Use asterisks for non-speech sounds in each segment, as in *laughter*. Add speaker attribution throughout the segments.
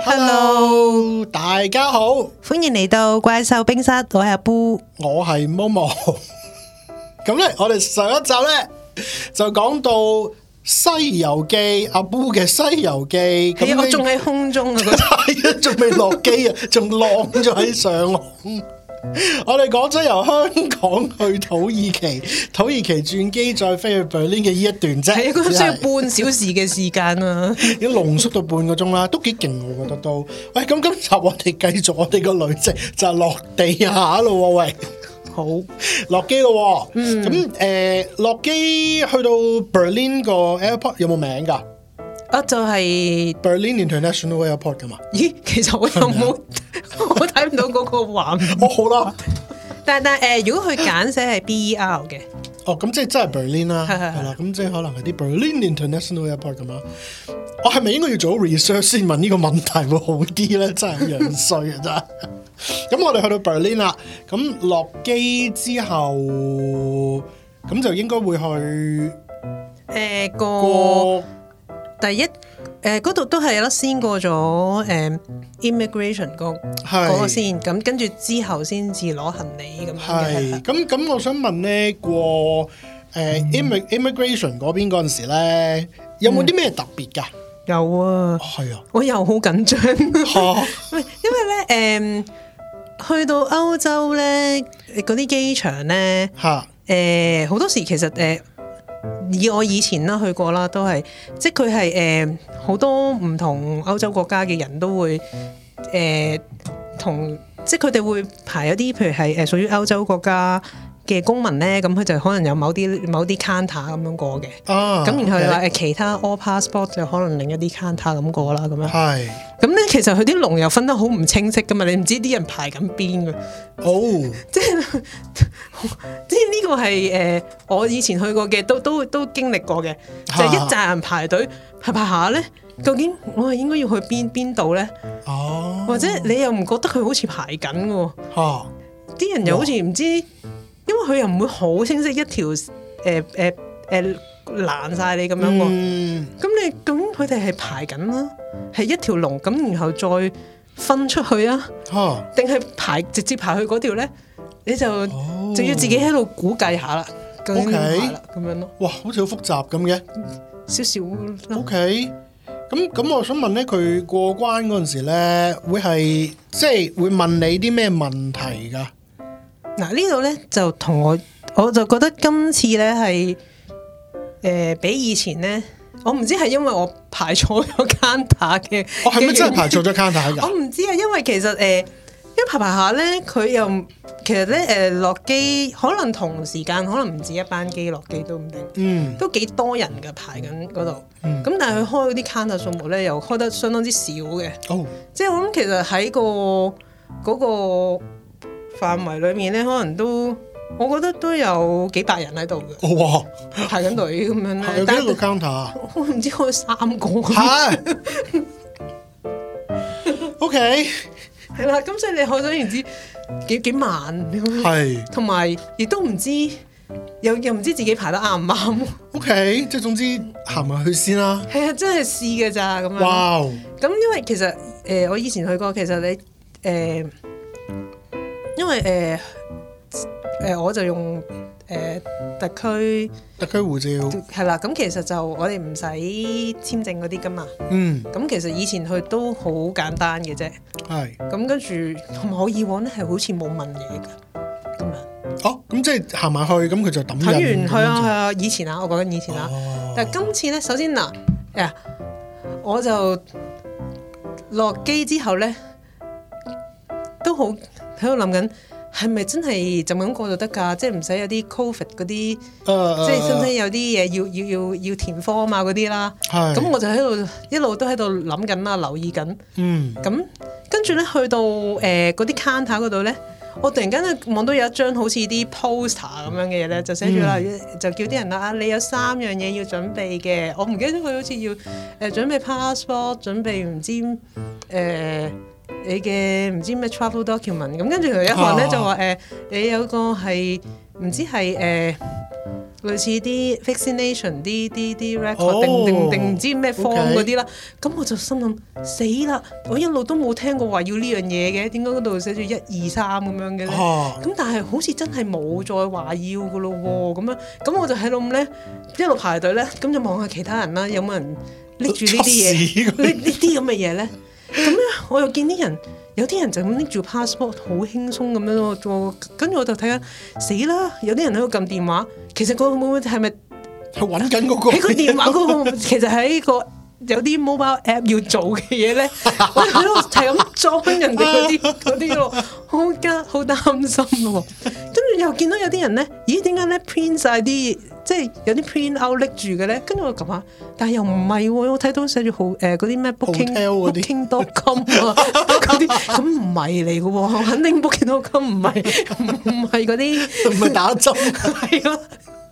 Speaker 1: Hello，大家好，我
Speaker 2: 歡迎嚟到怪獸冰室，我係阿 Boo。
Speaker 1: 係 Momo。咁咧，我哋上一集咧就講到《西遊記》阿 Boo 嘅《西遊記》，
Speaker 2: 係
Speaker 1: 咁
Speaker 2: 啊，我
Speaker 1: 呢
Speaker 2: 仲喺空中啊！嗰陣
Speaker 1: 係啊，仲 *laughs* 未落機啊，仲晾咗喺上空。我哋講咗由香港去土耳其，土耳其轉機再飛去 Berlin 嘅呢一段啫，
Speaker 2: *laughs* 係啊，咁需要
Speaker 1: 只係
Speaker 2: 半小時嘅時間啊！
Speaker 1: 已經濃縮到半個鐘啦，都幾勁我覺得都。喂，咁今集我哋繼續我哋個旅程就係落地下咯喎，喂，
Speaker 2: 好，
Speaker 1: 落機咯喎。咁誒落機去到 Berlin 個 airport 有冇名㗎
Speaker 2: 啊就係、
Speaker 1: ？Berlin International Airport 㗎嘛？
Speaker 2: 咦，其實我又冇，我睇唔到嗰個畫面。
Speaker 1: 哦好啦，
Speaker 2: 但但誒、呃如果佢簡寫係 B E R 嘅，
Speaker 1: 哦咁即係真係 Berlin 啦，
Speaker 2: 係係係
Speaker 1: 係啦，咁即係可能係啲 Berlin International Airport 咁啦。我係咪應該要做好 research 先問呢個問題會好啲咧？ *laughs* 真係樣衰啊！真係。 *laughs* 咁我哋去到 Berlin 啦，咁落機之後，咁就應該會去
Speaker 2: 誒、個
Speaker 1: 過
Speaker 2: 第一誒嗰度都係啦，先過咗誒、呃 immigration 個
Speaker 1: 係
Speaker 2: 嗰個先，咁跟住之後先至攞行李咁樣嘅。啊
Speaker 1: 係咁咁，我想問咧過
Speaker 2: 嗯
Speaker 1: 誒 immig immigration 嗰邊嗰陣時咧，有冇啲咩特別㗎？
Speaker 2: 有啊
Speaker 1: 哦，係啊，
Speaker 2: 我又好緊張。
Speaker 1: 嚇
Speaker 2: *laughs* 喂，因為咧，誒、去到歐洲咧，嗰啲機場咧，
Speaker 1: 嚇
Speaker 2: 誒、好多時其實誒、以我以前啦去過啦，都係即係佢係誒好多唔同歐洲國家嘅人都會誒、同，即係佢哋會排一啲，譬如係誒屬於歐洲國家嘅公民咧，咁佢就可能有某啲某啲 counter 咁樣過嘅，
Speaker 1: 啊！
Speaker 2: 咁、然後你話
Speaker 1: OK
Speaker 2: 誒其他 all passport 就可能另一啲 counter 咁過啦，咁樣。
Speaker 1: 係
Speaker 2: 咁咧，其實佢啲龍又分得好唔清晰噶嘛，你唔知啲人排緊邊嘅，
Speaker 1: 哦。
Speaker 2: *laughs* 即係即係呢個係誒、呃我以前去過嘅，都都都經歷過嘅，就係一扎人排隊排排下咧，究竟我係應該要去邊邊度咧？
Speaker 1: 哦，
Speaker 2: 或者你又唔覺得佢好似排緊嘅喎？
Speaker 1: 吓
Speaker 2: 啲人又好似唔知，因為佢又唔會好清晰一條誒誒誒攔晒你咁樣喎。
Speaker 1: 嗯，
Speaker 2: 咁你咁佢哋係排緊啦，係一條龍咁，然後再分出去啊，
Speaker 1: 吓
Speaker 2: 定係排直接排去嗰條咧？你就、
Speaker 1: 哦
Speaker 2: 就要自己喺度估計下啦，究竟點排啦咁樣咯，
Speaker 1: 哇，好似好複雜咁嘅。
Speaker 2: 少少啦
Speaker 1: OK，咁咁，我想問咧，佢過關嗰陣時咧，會係即係會問你啲咩問題㗎？
Speaker 2: 嗱呢度咧就同我，我就覺得今次咧係誒比以前咧，我唔知係因為我排錯咗間打嘅，
Speaker 1: 我哦係咪
Speaker 2: 嘅
Speaker 1: 真係
Speaker 2: 原
Speaker 1: 排錯咗 counter
Speaker 2: 我
Speaker 1: 㗎？
Speaker 2: 唔知啊，因為其實誒、呃一排排下咧，佢又唔其實咧誒落機，可能同時間，可能唔止一班機落機都唔定，
Speaker 1: 嗯，
Speaker 2: 都幾多人嘅排緊嗰度。咁、
Speaker 1: 嗯
Speaker 2: 但係佢開嗰啲 counter 數目咧，又開得相當之少嘅。
Speaker 1: 哦，
Speaker 2: 即係我諗其實喺個嗰、個範圍裡面咧，可能都我覺得都有幾百人喺度嘅
Speaker 1: 哦哇，
Speaker 2: 排緊隊咁樣
Speaker 1: 有
Speaker 2: 咧。但
Speaker 1: 幾多
Speaker 2: 係
Speaker 1: 個 counter
Speaker 2: *laughs*
Speaker 1: 啊？
Speaker 2: 我唔知開三個。
Speaker 1: 係。OK，
Speaker 2: 係啦，咁所以你可想而知幾幾慢咁樣
Speaker 1: 係
Speaker 2: 同埋亦都唔知又又唔知自己排得啱唔啱，
Speaker 1: OK，即係總之行埋去先啦。
Speaker 2: 係啊，真係試嘅咋咁樣。
Speaker 1: 哇，
Speaker 2: 咁因為其實誒、呃我以前去過，其實你誒、呃因為誒誒、呃我就用誒、呃特區
Speaker 1: 特區護照，
Speaker 2: 係啦，咁其實就我哋唔使簽證嗰啲噶嘛。
Speaker 1: 嗯，
Speaker 2: 咁其實以前去都好簡單嘅啫。
Speaker 1: 係。
Speaker 2: 咁跟住同埋我以往咧係好似冇問嘢㗎，咁樣
Speaker 1: 哦，咁即係行埋去，咁佢就抌
Speaker 2: 睇
Speaker 1: 人
Speaker 2: 完
Speaker 1: 咁
Speaker 2: 係啊
Speaker 1: 樣
Speaker 2: 係
Speaker 1: 就
Speaker 2: 啊，以前啊，我講緊以前啊。
Speaker 1: 哦
Speaker 2: 但今次咧，首先嗱，誒，我就落機之後咧，都好喺度諗緊，係咪真係就咁過就得㗎？即係唔使有啲 covid 嗰啲，即
Speaker 1: 誒
Speaker 2: 係使唔使
Speaker 1: 誒
Speaker 2: 有啲嘢要要要要填 form 啊嗰啲啦？
Speaker 1: 係
Speaker 2: 咁我就喺度一路都喺度諗緊啦，留意緊。
Speaker 1: 嗯
Speaker 2: 咁跟住咧，去到誒嗰啲 counter 嗰度咧，我突然間咧望到有一張好似啲 poster 咁樣嘅嘢咧，就寫住啦，
Speaker 1: 嗯
Speaker 2: 就叫啲人啦，啊你有三樣嘢要準備嘅，我唔記得咗佢好似要誒、呃、準備 passport，準備唔知誒、呃你嘅唔知咩 travel 呃 document，咁跟住佢有一行咧
Speaker 1: 啊
Speaker 2: 就話誒、呃你有個係唔知係誒類似啲 vaccination 啲啲啲
Speaker 1: 哦
Speaker 2: record 定定定唔知咩 form
Speaker 1: OK
Speaker 2: 嗰啲啦，咁我就心諗死啦！我一路都冇聽過話要呢樣嘢嘅，點解嗰度寫住一二三咁樣嘅咧？
Speaker 1: 啊
Speaker 2: 咁但係好似真係冇再話要噶咯喎，咁樣咁我就喺度咁咧一路排隊咧，咁就望下其他人啦，有冇人拎住呢啲
Speaker 1: 出事嗰
Speaker 2: 嘢
Speaker 1: 啲
Speaker 2: 呢呢啲咁嘅嘢咧？咁咧我又見啲人。有啲人就咁拎住 passport 好輕鬆咁樣咯，做跟住我就睇下死啦！有啲人喺度撳電話，其實個會唔會係咪
Speaker 1: 去揾緊嗰個
Speaker 2: 喺個電話嗰個，其實喺個有啲 mobile app 要做嘅
Speaker 1: *laughs*
Speaker 2: 嘢咧，我喺度係咁裝人哋嗰啲嗰啲咯，好驚好擔心咯。跟住又見到有啲人咧，咦點解咧 print 晒啲即係有啲 print out 拎住嘅咧？跟住我撳下，但係又唔係喎，我睇到寫住好誒嗰啲咩 booking
Speaker 1: Hotel 嗰啲
Speaker 2: booking dot com 啊嗰啲，咁唔係嚟嘅喎，我肯定 booking dot com 唔係唔唔係嗰啲。
Speaker 1: 唔係打針，
Speaker 2: *laughs* 係咯，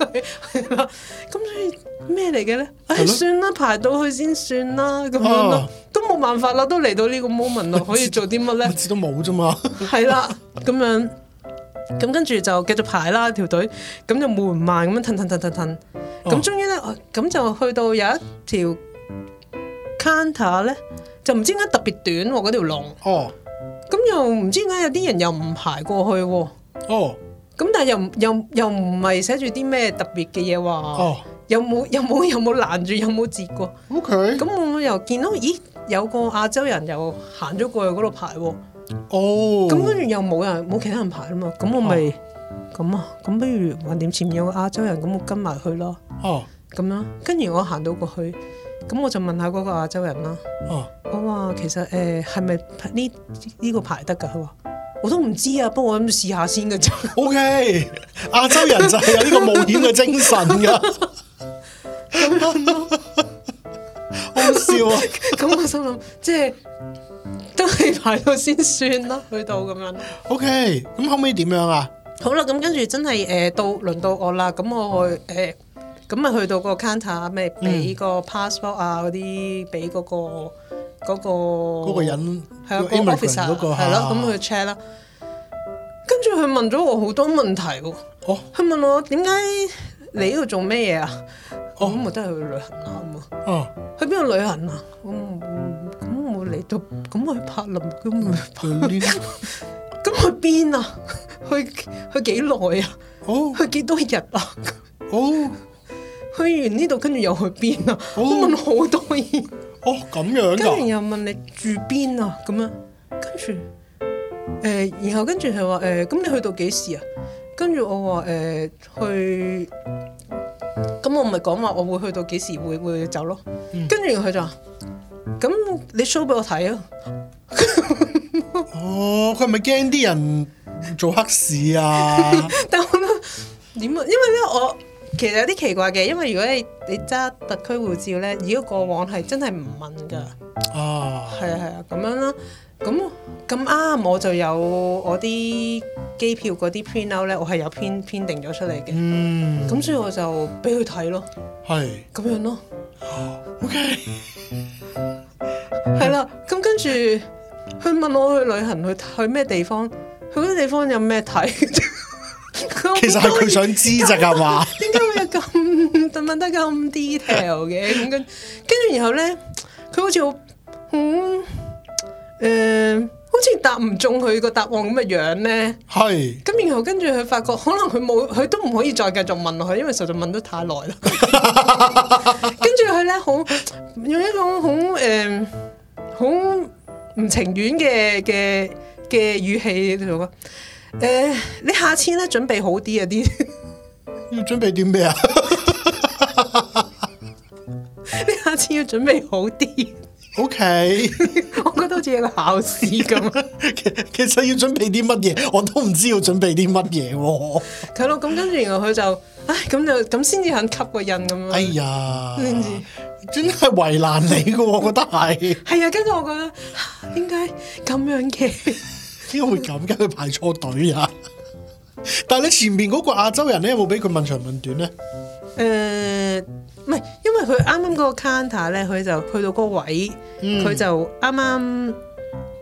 Speaker 2: 係啦，咁所以咩嚟嘅咧？唉，
Speaker 1: 係咯
Speaker 2: 算啦，排到去先算啦，咁樣
Speaker 1: 啊
Speaker 2: 咯，都冇辦法啦，都嚟到呢個 moment 咯，可以做啲乜
Speaker 1: 我
Speaker 2: 咧？
Speaker 1: 知都冇啫嘛。
Speaker 2: 係啦，咁樣，咁跟住就繼續排啦條隊，咁就緩慢咁樣騰騰騰騰
Speaker 1: *laughs*
Speaker 2: 騰，
Speaker 1: 哦
Speaker 2: 咁終於咧，啊咁就去到有一條 counter 咧，就唔知點解特別短喎嗰條龍，
Speaker 1: 哦
Speaker 2: 咁又唔知點解有啲人又唔排過去喎。
Speaker 1: 哦
Speaker 2: 咁但係又唔又又唔係寫住啲咩特別嘅嘢話，
Speaker 1: 哦
Speaker 2: 又冇 *laughs* 又冇又冇攔住，又冇截過。
Speaker 1: ，OK，
Speaker 2: 咁我又見到，咦，有個亞洲人又行咗過去嗰度排喎，
Speaker 1: 哦，
Speaker 2: 咁跟住又冇人冇其他人排啊啦嘛，咁我咪咁啊，咁不如橫掂前面有個亞洲人，咁我跟埋去咯，
Speaker 1: 哦
Speaker 2: 咁啦，跟住我行到過去，咁我就問下嗰個亞洲人啦。
Speaker 1: 哦
Speaker 2: 我話其實誒係咪呢呢個排得㗎？佢話我都唔知啊，不過我諗試下先㗎啫。 *laughs*
Speaker 1: ，OK，亞洲人就係有呢個冒險嘅精神噶，好笑啊！
Speaker 2: 咁我心諗，即係都係排到先算啦，去到咁樣。
Speaker 1: OK，咁後尾點樣啊？
Speaker 2: 好啦，咁跟住真係誒、呃到輪到我啦，咁我
Speaker 1: 嗯
Speaker 2: 去誒，咁、咪去到個 counter 咪俾個 passport 啊嗰啲，俾嗰、個嗰、個
Speaker 1: 嗰個人
Speaker 2: 係啊，
Speaker 1: 個
Speaker 2: 個
Speaker 1: immigrant
Speaker 2: officer
Speaker 1: 嗰個啊
Speaker 2: 係咯，
Speaker 1: 嚇
Speaker 2: 咁佢 check 啦。跟住佢問咗我好多問題喎，
Speaker 1: 哦
Speaker 2: 佢問我點解你呢度做咩嘢啊？
Speaker 1: 哦
Speaker 2: 咁咪都係去旅行啦咁啊。 *laughs*
Speaker 1: 哦，
Speaker 2: 去邊度旅行啊？咁咁我嚟到，咁我去柏林，咁我去
Speaker 1: 佢呢
Speaker 2: 咁去邊啊？ *laughs* 去去幾耐啊？
Speaker 1: 哦
Speaker 2: 去幾多日啊？
Speaker 1: 哦
Speaker 2: 去完呢度，跟住又去邊啊？
Speaker 1: 哦
Speaker 2: 我問好多嘢，
Speaker 1: 哦咁樣
Speaker 2: 跟住
Speaker 1: 噶，
Speaker 2: 又問你住邊啊？咁樣，跟住誒，然後跟住佢話誒，咁、你去到幾時啊？跟住我話誒、呃去，咁我咪講話我會去到幾時會會走咯。跟住佢就話：咁你 show 俾我睇啊！ *laughs*
Speaker 1: 哦，佢係咪驚啲人做黑市啊？ *laughs*
Speaker 2: 但我咧點啊？因為咧我其實有啲奇怪嘅，因為如果你你揸特區護照咧，如果過往係真係唔問㗎，
Speaker 1: 啊，
Speaker 2: 係啊係啊咁樣啦。咁咁啱我就有我啲機票嗰啲 print out 咧，我係有 print print 定咗出嚟嘅，
Speaker 1: 嗯，
Speaker 2: 咁所以我就俾佢睇咯，
Speaker 1: 係
Speaker 2: 咁樣咯，
Speaker 1: OK，
Speaker 2: 係啦。咁跟住佢問我去旅行去去咩地方，去嗰啲地方有咩睇？ *laughs*
Speaker 1: 其實係佢想知咋㗎嘛？
Speaker 2: 點解會有咁問得咁 detail 嘅？咁跟跟住然後咧，佢好似好好誒，好似答唔中佢個答案咁嘅樣咧。
Speaker 1: 係
Speaker 2: 咁然後跟住佢發覺，可能佢冇，佢都唔可以再繼續問落去，因為實在問得太耐啦。跟住佢咧，好用一種好誒，好、唔情願嘅嘅嘅語氣同我講誒，你下次咧準備好啲啊啲。 *laughs*
Speaker 1: 要準備啲咩啊？ *laughs*
Speaker 2: 你下次要準備好啲，
Speaker 1: O K，
Speaker 2: 我覺得好似一個考試咁。
Speaker 1: *laughs* 其其實要準備啲乜嘢，我都唔知要準備啲乜嘢喎。
Speaker 2: 係咯，咁跟住然後佢就，唉，咁就咁先至肯吸個印咁樣。
Speaker 1: 哎呀
Speaker 2: 先至，
Speaker 1: 真係為難你嘅喎，我覺得係
Speaker 2: 係啊，跟住我覺得啊點解咁樣嘅？
Speaker 1: 點解會咁嘅？佢排錯隊啊！但係你前面嗰個亞洲人咧，有冇俾佢問長問短咧？
Speaker 2: 誒、呃唔係，因為
Speaker 1: 嗯
Speaker 2: 佢啱啱嗰個 counter 咧，佢就去到嗰個位，佢、就啱啱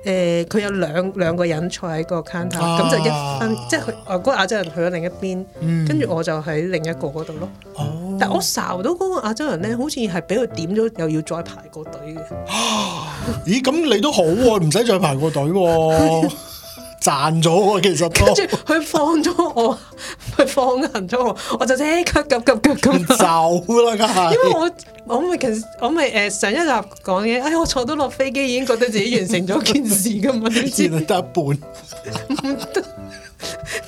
Speaker 2: 誒佢有兩兩個人坐喺個 counter，
Speaker 1: 啊
Speaker 2: 咁就一分，即係佢啊嗰個亞洲人去咗另一邊，跟住我就喺另一個嗰度咯。
Speaker 1: 嗯哦，
Speaker 2: 但我睄到嗰個亞洲人咧，好似係俾佢點咗，又要再排個隊嘅。
Speaker 1: 哦咦，咁你都好喎、唔使再排個隊
Speaker 2: *laughs*
Speaker 1: 喎、賺咗喎，其實
Speaker 2: 跟
Speaker 1: 都
Speaker 2: 住佢放咗我， *laughs* 佢放行咗我，我就即刻急急急
Speaker 1: *laughs*
Speaker 2: 咁走。
Speaker 1: 走啦，梗係
Speaker 2: *laughs* 因為我我咪其實我咪誒、呃上一集講嘅，哎我坐到落飛機已經覺得自己完成咗件事噶嘛，點知
Speaker 1: 原來得一
Speaker 2: *laughs*
Speaker 1: 半。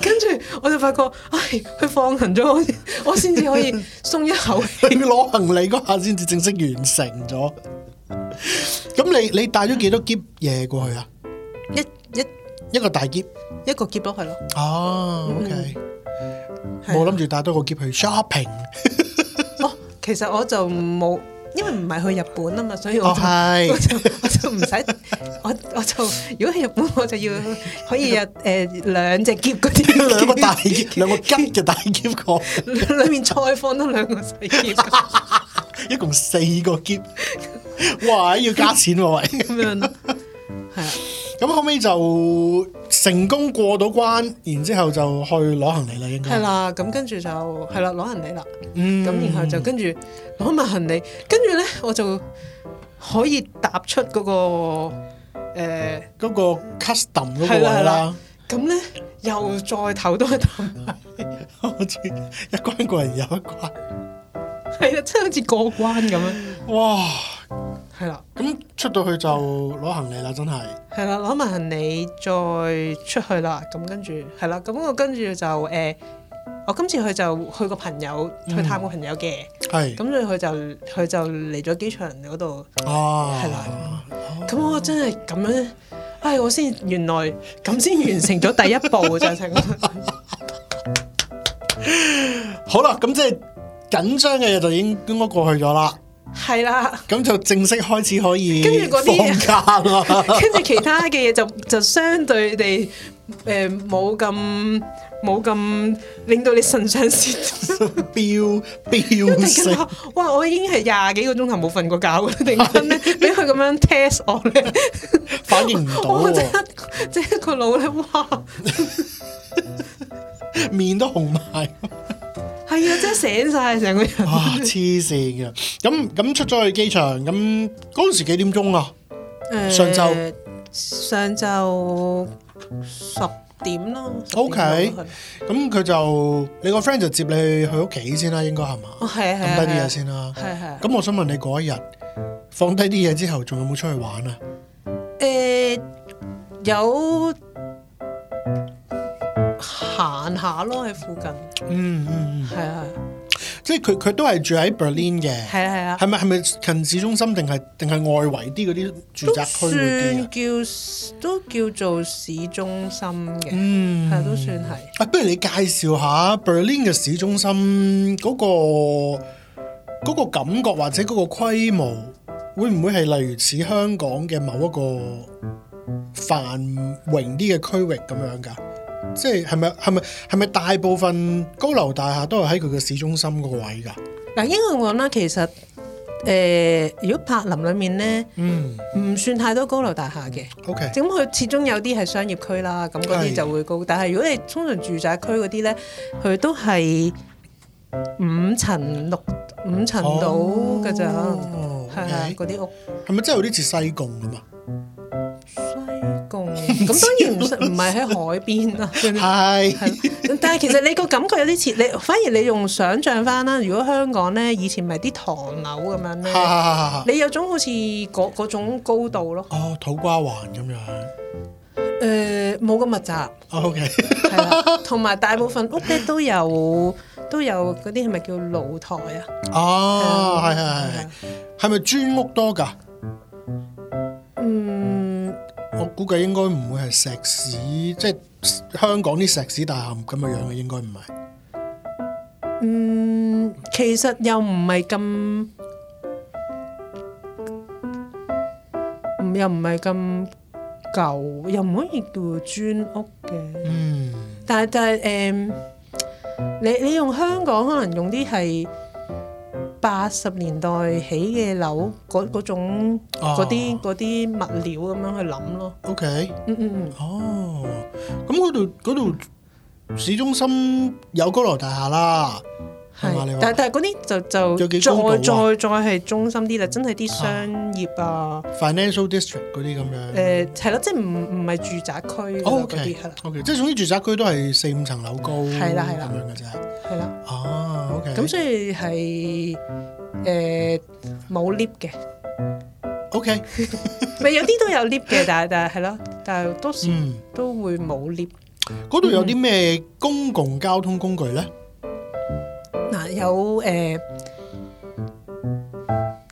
Speaker 2: 跟住我就發覺，唉、佢放行咗我，我先至可以 *laughs* 鬆一口氣。
Speaker 1: 你攞行李嗰下先至正式完成咗。咁你你帶咗幾多箧嘢過去啊？
Speaker 2: 一一
Speaker 1: 一個大箧。
Speaker 2: 一個結咯，係咯，
Speaker 1: 哦，OK，
Speaker 2: 係啊
Speaker 1: 冇諗住帶多個箧去
Speaker 2: *laughs*
Speaker 1: shopping。
Speaker 2: 哦，其實我就冇，因為唔係去日本啊嘛，所以我
Speaker 1: 哦，
Speaker 2: 就。
Speaker 1: 係
Speaker 2: *laughs* 我。就我就唔使，我我就如果喺日本我就要可以有 *laughs* 誒兩隻夾嗰啲
Speaker 1: *laughs* 兩個大箧，兩個吉嘅大箧過，
Speaker 2: *laughs*
Speaker 1: *laughs*
Speaker 2: 裏面再放多兩個細夾
Speaker 1: 一共四個箧。哇！要加錢喎，喂！
Speaker 2: 咁樣咯，係啊，
Speaker 1: 咁後尾就成功過到關，然之後就去攞行李啦，應
Speaker 2: 係
Speaker 1: 該。
Speaker 2: 啦，咁跟住就係啦，攞行李啦，
Speaker 1: 嗯
Speaker 2: 咁然後就跟住攞埋行李，跟住咧我就可以踏出嗰個誒，
Speaker 1: 嗰個 custom 嗰個
Speaker 2: 係啦
Speaker 1: 位啦
Speaker 2: 係啦。，咁咧又再唞多一啖氣，
Speaker 1: *laughs* 好似一關過人又一關，
Speaker 2: 係啦，啊真係好似過關咁樣，
Speaker 1: 哇！
Speaker 2: 係啦。
Speaker 1: 咁出到去就攞行李啦，真係。
Speaker 2: 係啦，攞埋行李再出去啦。咁跟住係啦，咁我跟住就誒、呃我今次去就去個朋友去探個朋友嘅，
Speaker 1: 係。
Speaker 2: 咁所以佢就佢就嚟咗機場嗰度。
Speaker 1: 啊。
Speaker 2: 係啦咁我真係咁樣，唉，我先原來咁先完成咗第一步就
Speaker 1: *laughs*
Speaker 2: 成。
Speaker 1: 好啦，咁即係緊張嘅嘢就已經應該過去咗啦，
Speaker 2: 係啦，
Speaker 1: 咁就正式開始可以
Speaker 2: 跟住嗰啲
Speaker 1: 放假啦。
Speaker 2: *laughs* 跟住其他嘅嘢就就相對地誒冇咁冇咁令到你腎上腺素。
Speaker 1: 標標
Speaker 2: 突然間
Speaker 1: 性
Speaker 2: 話，哇！我已經係廿幾個鐘頭冇瞓過覺啦，突然
Speaker 1: *laughs*
Speaker 2: 間咧，俾佢咁樣 test 我咧，
Speaker 1: 反應唔到
Speaker 2: *laughs* 我真
Speaker 1: 喎，
Speaker 2: 係即係個腦咧，哇！
Speaker 1: 面都紅埋。
Speaker 2: 係啊，真係醒晒成個人。
Speaker 1: 哇！黐線嘅。咁咁出咗去機場，咁嗰陣時幾點鐘啊？
Speaker 2: 誒
Speaker 1: 上晝
Speaker 2: 呃上晝十點咯。10點
Speaker 1: OK
Speaker 2: 咯係
Speaker 1: 咁佢就你個 friend 就接你去佢屋企先啦，應該係嘛？
Speaker 2: 哦係啊係啊
Speaker 1: 抌低啲
Speaker 2: 係
Speaker 1: 嘢
Speaker 2: 啊
Speaker 1: 先啦。
Speaker 2: 係啊係啊
Speaker 1: 咁我想問你嗰一日放低啲嘢之後，仲有冇出去玩啊？
Speaker 2: 誒有行下咯喺附近，
Speaker 1: 嗯嗯，
Speaker 2: 係啊
Speaker 1: 即係佢佢都係住喺 Berlin 嘅，
Speaker 2: 係啊係啊。
Speaker 1: 係咪係咪近市中心定係定係外圍啲嗰啲住
Speaker 2: 都
Speaker 1: 宅區嗰啲啊
Speaker 2: 算？叫都叫做市中心嘅，
Speaker 1: 嗯
Speaker 2: 係、都算係。
Speaker 1: 啊，不如你介紹下 Berlin 嘅市中心嗰、個嗰、個感覺或者嗰個規模，會唔會係例如似香港嘅某一個繁榮啲嘅區域咁樣㗎？即係係咪係咪係咪大部分高樓大廈都係喺佢嘅市中心嗰個位㗎？
Speaker 2: 嗱，應該講啦，其實誒、呃如果柏林裡面咧，
Speaker 1: 嗯
Speaker 2: 唔算太多高樓大廈嘅，
Speaker 1: ，OK，
Speaker 2: 咁佢始終有啲係商業區啦，咁嗰
Speaker 1: 係
Speaker 2: 啲就會高。但係如果你通常住宅區嗰啲咧，佢都係五層六五層到㗎咋，
Speaker 1: 哦
Speaker 2: 係啊
Speaker 1: OK
Speaker 2: 嗰啲屋。
Speaker 1: 係咪真係有啲似西貢咁啊？
Speaker 2: 西貢 *laughs* 咁當然唔唔係喺海邊 *laughs* 啦。
Speaker 1: 係，
Speaker 2: 係但係其實你個感覺有啲似你，反而你用想像翻啦。如果香港咧，以前咪啲唐樓咁樣咧，
Speaker 1: 哈
Speaker 2: 你有種好似嗰嗰種高度咯。
Speaker 1: 哦，土瓜灣咁樣
Speaker 2: 誒、冇咁密集，係
Speaker 1: 哦，OK，
Speaker 2: 啦。同埋大部分屋咧都有都有嗰啲係咪叫露台啊？
Speaker 1: 哦，係係係。係咪磚屋多㗎？
Speaker 2: 嗯，
Speaker 1: 我估計應該唔會係石屎，即係香港啲石屎大廈咁嘅樣嘅，應該唔係。
Speaker 2: 嗯，其實又唔係咁，唔又唔係咁舊，又唔可以叫磚屋嘅。
Speaker 1: 嗯，
Speaker 2: 但係但係誒，你你用香港可能用啲係白八十年代起嘅樓嗰嗰種
Speaker 1: 哦
Speaker 2: 嗰啲嗰啲物料咁樣去諗咯。
Speaker 1: O K，
Speaker 2: 嗯嗯嗯，
Speaker 1: 哦，咁嗰度嗰度市中心有高樓大廈啦，係嘛？你
Speaker 2: 係，
Speaker 1: 話
Speaker 2: 但但係嗰啲就
Speaker 1: 有
Speaker 2: 就
Speaker 1: 幾
Speaker 2: 再
Speaker 1: 高度啊
Speaker 2: 再再係中心啲啦，真係啲商業啊，
Speaker 1: financial district 嗰啲咁樣。
Speaker 2: 誒係咯，即係唔唔係住宅區㗎啦
Speaker 1: O
Speaker 2: 嗰啲
Speaker 1: K
Speaker 2: 係啦
Speaker 1: O K，即係總之住宅區都係四五層樓高，
Speaker 2: 係啦係啦
Speaker 1: 咁樣嘅啫。
Speaker 2: 係啦，
Speaker 1: 哦，O K，
Speaker 2: 咁所以係誒冇 lift 嘅。
Speaker 1: O K，
Speaker 2: 咪有啲都有 lift 嘅，但係但係係咯，但係多時
Speaker 1: 嗯，
Speaker 2: 都會冇 lift。
Speaker 1: 嗰度有啲咩公共交通工具咧？
Speaker 2: 嗱、有誒，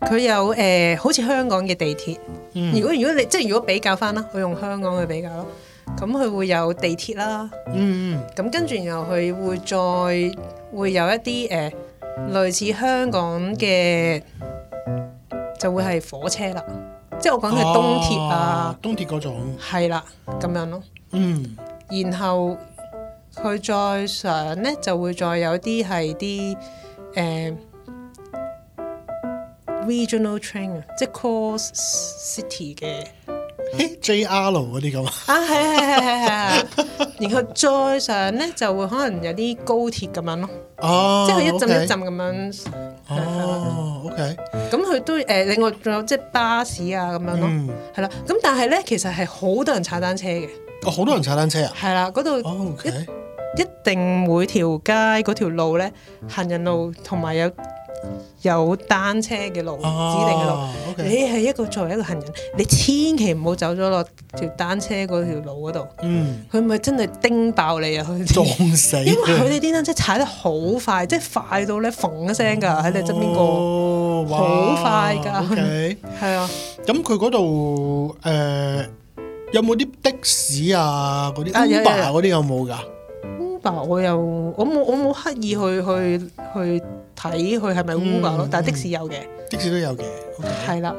Speaker 2: 佢、有誒、好似香港嘅地鐵。
Speaker 1: 嗯
Speaker 2: 如果如果你即係如果比較翻啦，我用香港去比較咯，咁佢會有地鐵啊啦，
Speaker 1: 嗯嗯
Speaker 2: 咁跟住然後佢會再會有一啲誒、呃類似香港嘅，就會係火車啦，即係我講嘅東鐵啊，，
Speaker 1: 東鐵嗰種，
Speaker 2: 係啦咁樣咯。
Speaker 1: 嗯
Speaker 2: 然後佢再上咧就會再有啲係啲誒 regional train 啊，即係 cross city 嘅
Speaker 1: ，J R 嗰啲咁啊，
Speaker 2: 啊，係係係係係係。然後再上咧就會可能有啲高鐵咁樣咯，
Speaker 1: 哦，
Speaker 2: 即係佢一陣
Speaker 1: OK
Speaker 2: 一陣咁樣。係係啦
Speaker 1: 哦，OK，
Speaker 2: 咁佢都誒、另外仲有即係巴士啊咁樣咯，
Speaker 1: 嗯
Speaker 2: 係啦、咁但係咧其實係好多人踩單車嘅，
Speaker 1: 哦，好多人踩單車啊
Speaker 2: 係啦，嗰度
Speaker 1: 哦，OK，
Speaker 2: 一定每條街嗰條路咧，行人路同埋有有單車嘅路、指定嘅路。
Speaker 1: 哦
Speaker 2: 你
Speaker 1: ，OK，
Speaker 2: 係一個作為一個行人，你千祈唔好走咗落條單車嗰條路嗰度， *laughs*
Speaker 1: 嗯，
Speaker 2: 佢咪真係叮爆你啊！佢
Speaker 1: 撞
Speaker 2: 哋
Speaker 1: 死，
Speaker 2: *laughs* 因為佢哋啲單車踩得好快，即係快到咧揈一聲㗎喺你側邊過，
Speaker 1: 哦哇
Speaker 2: 好快㗎
Speaker 1: ，OK，
Speaker 2: 係啊，
Speaker 1: 咁佢嗰度誒有冇啲的士啊嗰啲
Speaker 2: 啊有有
Speaker 1: Uber
Speaker 2: 有
Speaker 1: 嗰啲有冇㗎？
Speaker 2: Uber 我又我冇我冇刻意去去去睇佢係咪 Uber 咯，
Speaker 1: 嗯
Speaker 2: 但係的士有嘅，
Speaker 1: 的士都有嘅，OK，
Speaker 2: 係啦，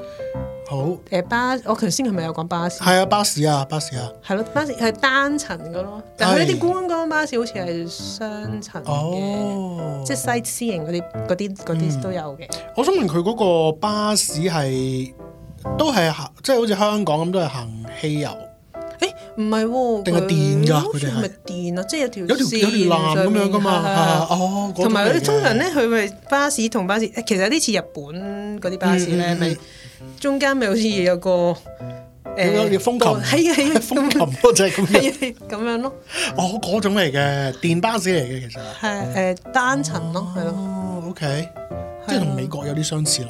Speaker 1: 好，
Speaker 2: 誒巴我頭先係咪有講巴士？
Speaker 1: 係啊，巴士啊，巴士啊，
Speaker 2: 係咯，巴士係單層嘅咯，但係佢啲觀光巴士好似係雙層嘅，
Speaker 1: 哦，
Speaker 2: 嗯
Speaker 1: 嗯
Speaker 2: 即係西私營嗰啲嗰啲嗰啲都有嘅。
Speaker 1: 我想問佢嗰個巴士係都係行，即係好似香港咁都係行汽
Speaker 2: *laughs*
Speaker 1: 油，
Speaker 2: 誒唔係喎，
Speaker 1: 定係
Speaker 2: 佢
Speaker 1: 電㗎
Speaker 2: 好似
Speaker 1: 佢哋係
Speaker 2: 咪電啊，即係有條
Speaker 1: 有條
Speaker 2: 線
Speaker 1: 有條
Speaker 2: 上
Speaker 1: 纜咁樣
Speaker 2: 面
Speaker 1: 噶嘛，
Speaker 2: 係
Speaker 1: 係
Speaker 2: 係
Speaker 1: 啊
Speaker 2: 係
Speaker 1: 哦，嗰種
Speaker 2: 同埋佢
Speaker 1: 嚟
Speaker 2: 哋通常
Speaker 1: 嘅
Speaker 2: 咧，佢咪巴士同巴士，誒其實有啲似日本嗰啲巴士咧，
Speaker 1: 嗯嗯嗯
Speaker 2: 咪中間咪好似有個
Speaker 1: 有有條風琴
Speaker 2: 係啊係
Speaker 1: *laughs*
Speaker 2: 啊，
Speaker 1: 風琴嗰只咁
Speaker 2: 係
Speaker 1: 樣，
Speaker 2: 啊係啊咁樣咯，
Speaker 1: 哦嗰種嚟嘅電巴士嚟嘅其實，
Speaker 2: 係誒單層咯，係咯，
Speaker 1: 哦 OK，即係
Speaker 2: 係
Speaker 1: 同
Speaker 2: 啊
Speaker 1: 美國有啲相似啦，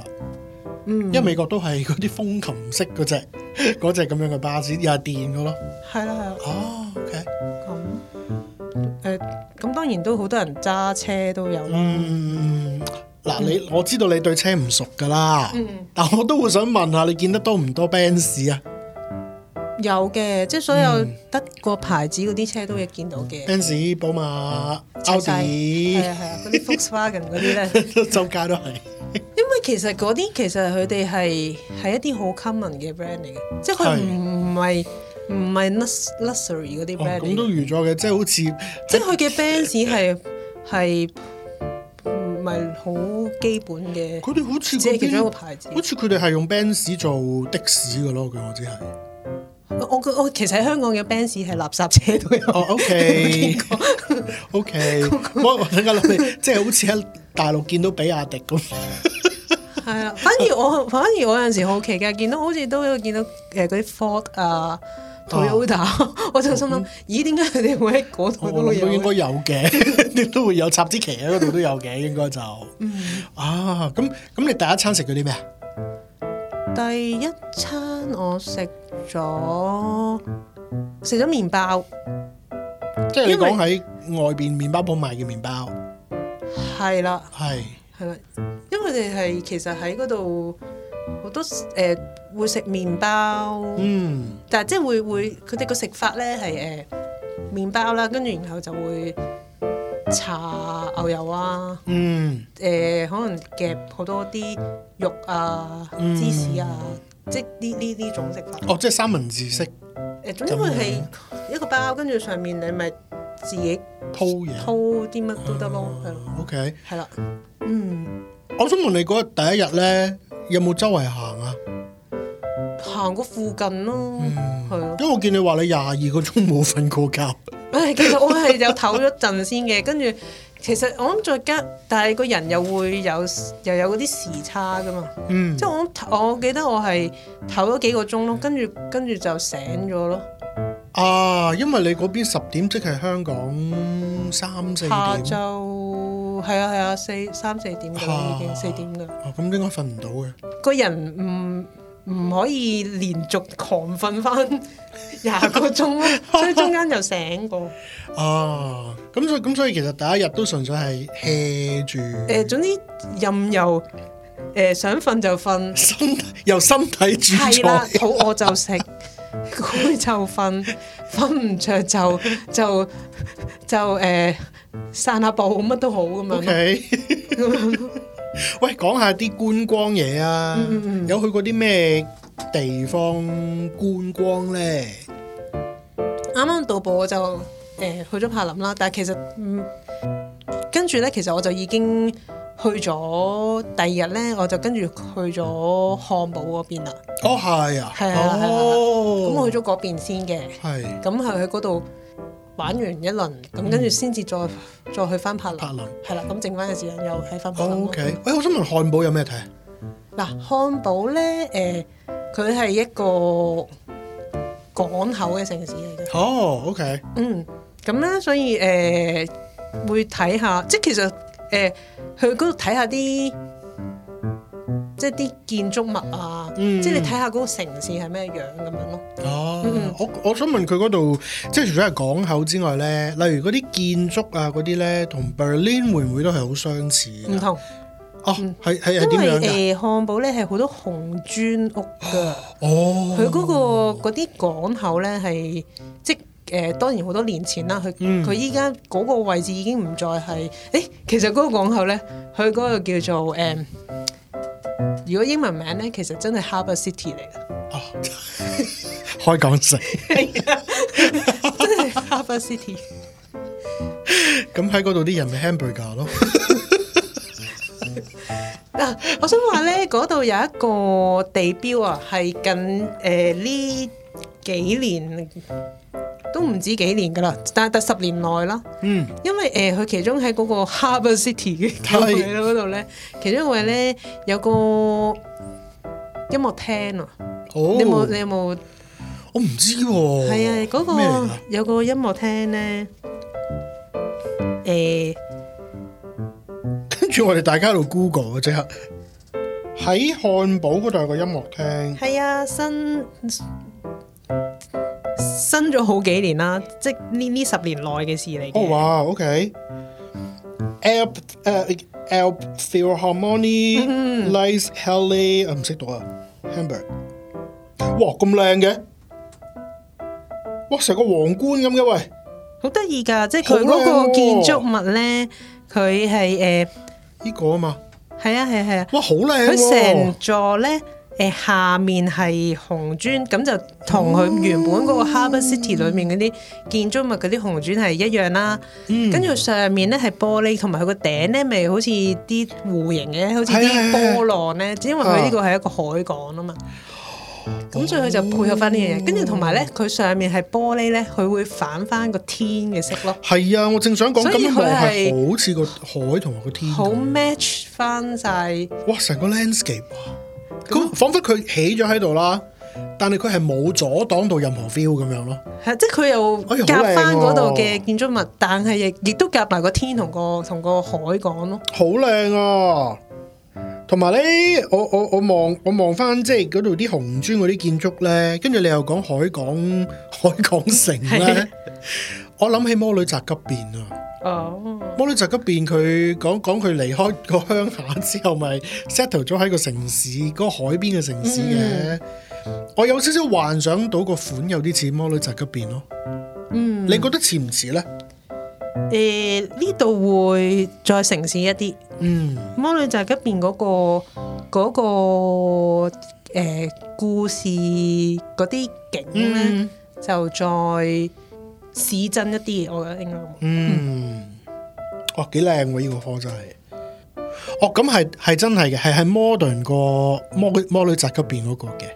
Speaker 2: 嗯
Speaker 1: 因為美國都係嗰啲風琴式嗰只 *laughs* 嗰只咁樣嘅巴士，又係電嘅咯，
Speaker 2: 係啦係啦。
Speaker 1: 哦 OK，
Speaker 2: 咁誒，咁、當然都好多人揸車都有啦。
Speaker 1: 嗯，嗱你我知道你對車唔熟㗎啦，
Speaker 2: 嗯，
Speaker 1: 但我都會想問下你見得多唔多 Benz 啊？
Speaker 2: 有嘅，即係所有德國牌子嗰啲車都會見到嘅。
Speaker 1: Benz、寶馬、奧
Speaker 2: 齊晒
Speaker 1: 迪
Speaker 2: 嗯係，啊係啊，嗰啲 Volkswagen 嗰啲
Speaker 1: *laughs*
Speaker 2: 咧，*laughs*
Speaker 1: 周街都係。
Speaker 2: 因為其實嗰啲其實佢哋係係一啲好 common 嘅 brand 嚟嘅，即係佢唔係唔係 lux- luxury 嗰啲
Speaker 1: 哦
Speaker 2: brand
Speaker 1: 咁
Speaker 2: 嚟
Speaker 1: 都
Speaker 2: 嘅，
Speaker 1: 預咗嘅，即係好似
Speaker 2: 即係佢嘅 Benz 係係唔係好基本嘅，
Speaker 1: 佢哋好似
Speaker 2: 只
Speaker 1: 嗰
Speaker 2: 係其中一個
Speaker 1: 邊，
Speaker 2: 牌子。
Speaker 1: 好似佢哋係用 Benz 做的士嘅咯，據我知
Speaker 2: *laughs*
Speaker 1: 係。
Speaker 2: 我我我其實喺香港嘅 Benz 係垃圾車都有。
Speaker 1: 哦，OK，OK，我我等間諗起，即係好似喺大陸見到比亞迪咁。
Speaker 2: 係啊，反而我反而我有陣時好奇嘅，見到好似都有見到誒嗰啲 Ford
Speaker 1: 哦
Speaker 2: 啊、Toyota，我就心諗，
Speaker 1: 嗯
Speaker 2: 咦點解佢哋會喺嗰度
Speaker 1: 我
Speaker 2: 都
Speaker 1: 諗都
Speaker 2: 會有啊
Speaker 1: 應該有嘅， *laughs* 你都會有插支旗喺啊嗰度都有嘅，應該就。
Speaker 2: 嗯
Speaker 1: 啊，咁咁你第一餐食咗啲咩啊？
Speaker 2: 第一餐我食咗食咗麵包，
Speaker 1: 即係你
Speaker 2: 因為
Speaker 1: 講喺外邊麵包鋪賣嘅麵包，
Speaker 2: 係啦
Speaker 1: 係
Speaker 2: 係啦，因為佢哋係其實喺嗰度好多誒、呃、會食麵包。
Speaker 1: 嗯。
Speaker 2: 但係即係會會佢哋個食法咧係誒麵包啦，跟住然後就會搽牛油啊，
Speaker 1: 嗯
Speaker 2: 誒、可能夾好多啲肉啊、
Speaker 1: 嗯
Speaker 2: 芝士啊，即係呢呢呢種食法。誒、
Speaker 1: 哦，即係三文治式
Speaker 2: 嗯總之佢係一個包，跟住上面你咪自己
Speaker 1: 鋪嘢。嗯
Speaker 2: 鋪啲乜都得咯，係咯，
Speaker 1: O K，
Speaker 2: 係啦，嗯，
Speaker 1: 我想問你嗰日第一日咧，有冇周圍行啊？
Speaker 2: 行過附近咯，
Speaker 1: 嗯
Speaker 2: 係咯、
Speaker 1: 因為我見你話你廿二個鐘冇瞓過覺，
Speaker 2: 唉，其實我係有唞咗陣先嘅，跟住其實我諗再加，但係個人又會有又有嗰啲時差噶嘛，
Speaker 1: 嗯
Speaker 2: 即，係我諗我記得我係唞咗幾個鐘咯，跟住跟住就醒咗咯，
Speaker 1: 啊，因為你嗰邊十點即係香港三四
Speaker 2: 下
Speaker 1: 點，
Speaker 2: 晝係啊係啊四三四點噶啦已經
Speaker 1: 啊
Speaker 2: 四點噶啦，
Speaker 1: 哦，咁應該瞓唔到嘅。
Speaker 2: 個人唔。唔可以連續狂瞓翻廿個鐘咯，所以中間又醒過。誒、
Speaker 1: 啊，咁所以咁所以其實第一日都純粹係 hea 住，
Speaker 2: 總之任由誒、想瞓就
Speaker 1: *laughs*
Speaker 2: 瞓，
Speaker 1: 身由身體主
Speaker 2: 係啦，
Speaker 1: 宰。
Speaker 2: 肚餓就食，攰就瞓，瞓唔着就就就誒、呃散下步，乜都好咁
Speaker 1: O
Speaker 2: 樣咯。
Speaker 1: K，喂，講下啲觀光嘢啊，
Speaker 2: 嗯
Speaker 1: 有去過啲咩地方觀光咧？
Speaker 2: 啱啱到埗我就誒、呃去咗柏林啦，但係其實嗯跟住咧，其實我就已經去咗第二日咧，我就跟住去咗漢堡嗰邊啦。
Speaker 1: 哦，係啊，
Speaker 2: 係啊係啊係啊咁
Speaker 1: 哦，
Speaker 2: 我去咗嗰邊先嘅，
Speaker 1: 係
Speaker 2: 咁係去嗰度玩完一輪，咁跟住先至再再去翻柏
Speaker 1: 嗯
Speaker 2: 林。
Speaker 1: 柏林。哦
Speaker 2: 係啦，咁剩翻嘅時間又喺翻柏林咯。
Speaker 1: O K，喂，我想問漢堡有咩睇？
Speaker 2: 嗱，漢堡咧，誒、佢係一個港口嘅城市嚟嘅，
Speaker 1: 哦，O K，
Speaker 2: 嗯，咁咧，所以誒、呃會睇下，即係其實誒、呃去嗰度睇下啲，即係啲建築物啊，
Speaker 1: 嗯
Speaker 2: 即係你睇下嗰個城市係咩樣咁樣咯。
Speaker 1: 哦
Speaker 2: 嗯，
Speaker 1: 我我想問佢嗰度，即係除咗係港口之外咧，例如嗰啲建築啊嗰啲咧，同 Berlin 會唔會都係好相似㗎？
Speaker 2: 唔同，
Speaker 1: 哦，係係係
Speaker 2: 嗯因
Speaker 1: 點樣㗎？
Speaker 2: 為誒、呃漢堡咧係好多紅磚屋㗎。
Speaker 1: 哦，
Speaker 2: 佢嗰、個嗰啲港口咧係即誒、呃、當然好多年前啦，佢
Speaker 1: 嗯
Speaker 2: 佢依家嗰個位置已經唔再係誒，其實嗰個港口咧，佢嗰個叫做誒、呃如果英文名咧，其實真係 Harbour City 嚟嘅，
Speaker 1: 哦 *laughs* 開講食。
Speaker 2: 真係 Harbour City。
Speaker 1: 咁喺嗰度啲人咪 hamburger 咯。
Speaker 2: 嗱、啊我想話咧，嗰度有一個地標啊，係近誒呢、幾年都唔止幾年噶啦，但係得十年內啦。
Speaker 1: 嗯，
Speaker 2: 因為誒，佢、其中喺嗰個 Harbour City 嘅
Speaker 1: 係
Speaker 2: 位嗰度咧，其中一位咧有個音樂廳啊，
Speaker 1: 哦，
Speaker 2: 你有冇你有冇？
Speaker 1: 我唔知喎。
Speaker 2: 係啊，嗰、
Speaker 1: 咩嚟㗎
Speaker 2: 個有個音樂廳呃咧，誒、
Speaker 1: 跟住我哋大家喺度 Google 啊，即刻喺漢堡嗰度有個音樂廳。
Speaker 2: 係啊，新新咗好幾年啦，即係呢呢十年內嘅事嚟
Speaker 1: 哦，
Speaker 2: 嘅。
Speaker 1: 哇，OK。Alp 誒 Alp Philharmony
Speaker 2: Mm-hmm。
Speaker 1: l i c e Halle，我唔識讀啊，Hamburg。哇，咁靚嘅！哇，成個皇冠咁嘅喂，
Speaker 2: 好得意㗎！即係佢
Speaker 1: 好
Speaker 2: 嗰
Speaker 1: 靚喎
Speaker 2: 個建築物咧，佢係誒
Speaker 1: 呢個啊嘛，
Speaker 2: 係啊係啊係啊。
Speaker 1: 哇，好靚
Speaker 2: 佢
Speaker 1: 喎
Speaker 2: 成！座咧，誒、下面係紅磚，咁就同
Speaker 1: 哦
Speaker 2: 佢原本嗰個 Harbour City 裏面嗰啲建築物嗰啲紅磚係一樣啦。
Speaker 1: 嗯
Speaker 2: 跟住、上面咧係玻璃，同埋佢個頂咧咪好似啲弧形嘅，好似
Speaker 1: 係係
Speaker 2: 啲
Speaker 1: 係啊
Speaker 2: 波浪咧，因為佢呢個係一個海港啊嘛。
Speaker 1: 哦
Speaker 2: 咁所以佢就配合翻呢樣嘢，跟住同埋咧，佢上面係玻璃咧，佢會反翻個天嘅色咯，
Speaker 1: 係啊，我正想講
Speaker 2: 所以
Speaker 1: 咁望
Speaker 2: 佢
Speaker 1: 係好似個海同埋個天咁，
Speaker 2: 好 match 翻晒。
Speaker 1: 哇！成個 landscape 啊，咁彷彿佢起咗喺度啦，但係佢係冇阻擋到任何 feel 咁樣咯。
Speaker 2: 係，啊即係佢又
Speaker 1: 哎呀好
Speaker 2: 夾翻
Speaker 1: 靚
Speaker 2: 嗰度
Speaker 1: 喎
Speaker 2: 嘅建築物，但係亦亦都夾埋個天同個同個海港咯。
Speaker 1: 好靚啊！同埋咧，我我我望我望翻即係嗰度啲紅磚嗰啲建築咧，跟住你又講海港 *laughs* 海港城咧，我諗起魔女宅急便啊！
Speaker 2: 哦，
Speaker 1: 魔女宅急便佢講講佢離開個鄉下之後，咪 settle 咗喺個城市嗰、個海邊嘅城市嘅。
Speaker 2: 嗯
Speaker 1: 我有少少幻想到個款有啲似魔女宅急便咯。
Speaker 2: 嗯，
Speaker 1: 你覺得似唔似咧？
Speaker 2: 誒呢度會再城市一啲。
Speaker 1: 嗯，
Speaker 2: 魔女宅急便嗰個嗰個誒故事嗰啲景咧
Speaker 1: 嗯，
Speaker 2: 就再市真
Speaker 1: 嗯
Speaker 2: 一啲，我覺得應該。
Speaker 1: 嗯，哇，幾靚喎！呢個科真係。哦，咁係係真係嘅，係喺 modern 個魔女魔女宅嗰邊嗰個嘅。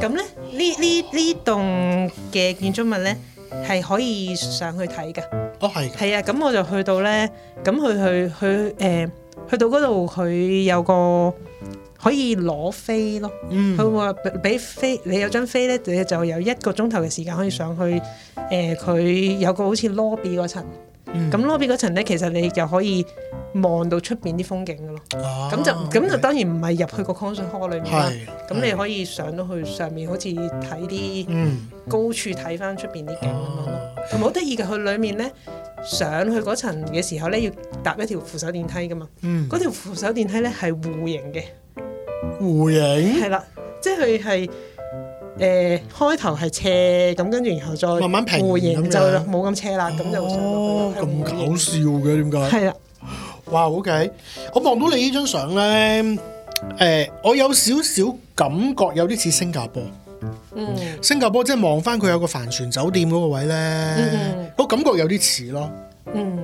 Speaker 2: 咁咧呢呢呢棟嘅建築物咧係可以上去睇㗎。
Speaker 1: 哦，係嘅。
Speaker 2: 係啊，咁我就去到咧，咁佢去去誒，去到嗰度佢有個可以攞飛咯，
Speaker 1: 嗯
Speaker 2: 佢話俾俾飛你有張飛咧，你就有一個鐘頭嘅時間可以上去誒，呃佢、有個好似 lobby 嗰層，咁、
Speaker 1: 嗯
Speaker 2: lobby 嗰層咧其實你又可以望到出邊啲風景噶咯，
Speaker 1: 啊
Speaker 2: 咁、就咁就當然唔係入去個 concert hall 裏面啦
Speaker 1: 係，
Speaker 2: 咁你
Speaker 1: 係
Speaker 2: 可以上到去上面，好似睇啲。
Speaker 1: 嗯
Speaker 2: 高處睇翻出邊啲景咁樣
Speaker 1: 哦
Speaker 2: 咯，同埋好得意嘅，佢裡面咧上去嗰層嘅時候咧，要搭一條扶手電梯噶嘛，
Speaker 1: 嗯
Speaker 2: 嗰條扶手電梯咧係弧形嘅，
Speaker 1: 弧形
Speaker 2: 係啦，即係佢係誒開頭係斜咁，跟住然後再
Speaker 1: 慢慢平
Speaker 2: 弧形
Speaker 1: 咁樣
Speaker 2: 就冇咁斜啦，咁就上
Speaker 1: 哦
Speaker 2: 到去啦係
Speaker 1: 咁
Speaker 2: 弧
Speaker 1: 搞
Speaker 2: 形
Speaker 1: 笑啊嘅點解？
Speaker 2: 係啦，
Speaker 1: 哇，OK，我望到你呢張相咧，誒、我有少少感覺有啲似新加坡。
Speaker 2: 嗯，
Speaker 1: 新加坡即係望翻佢有個帆船酒店嗰個位咧，
Speaker 2: 嗯
Speaker 1: 個感覺有啲似咯。
Speaker 2: 嗯，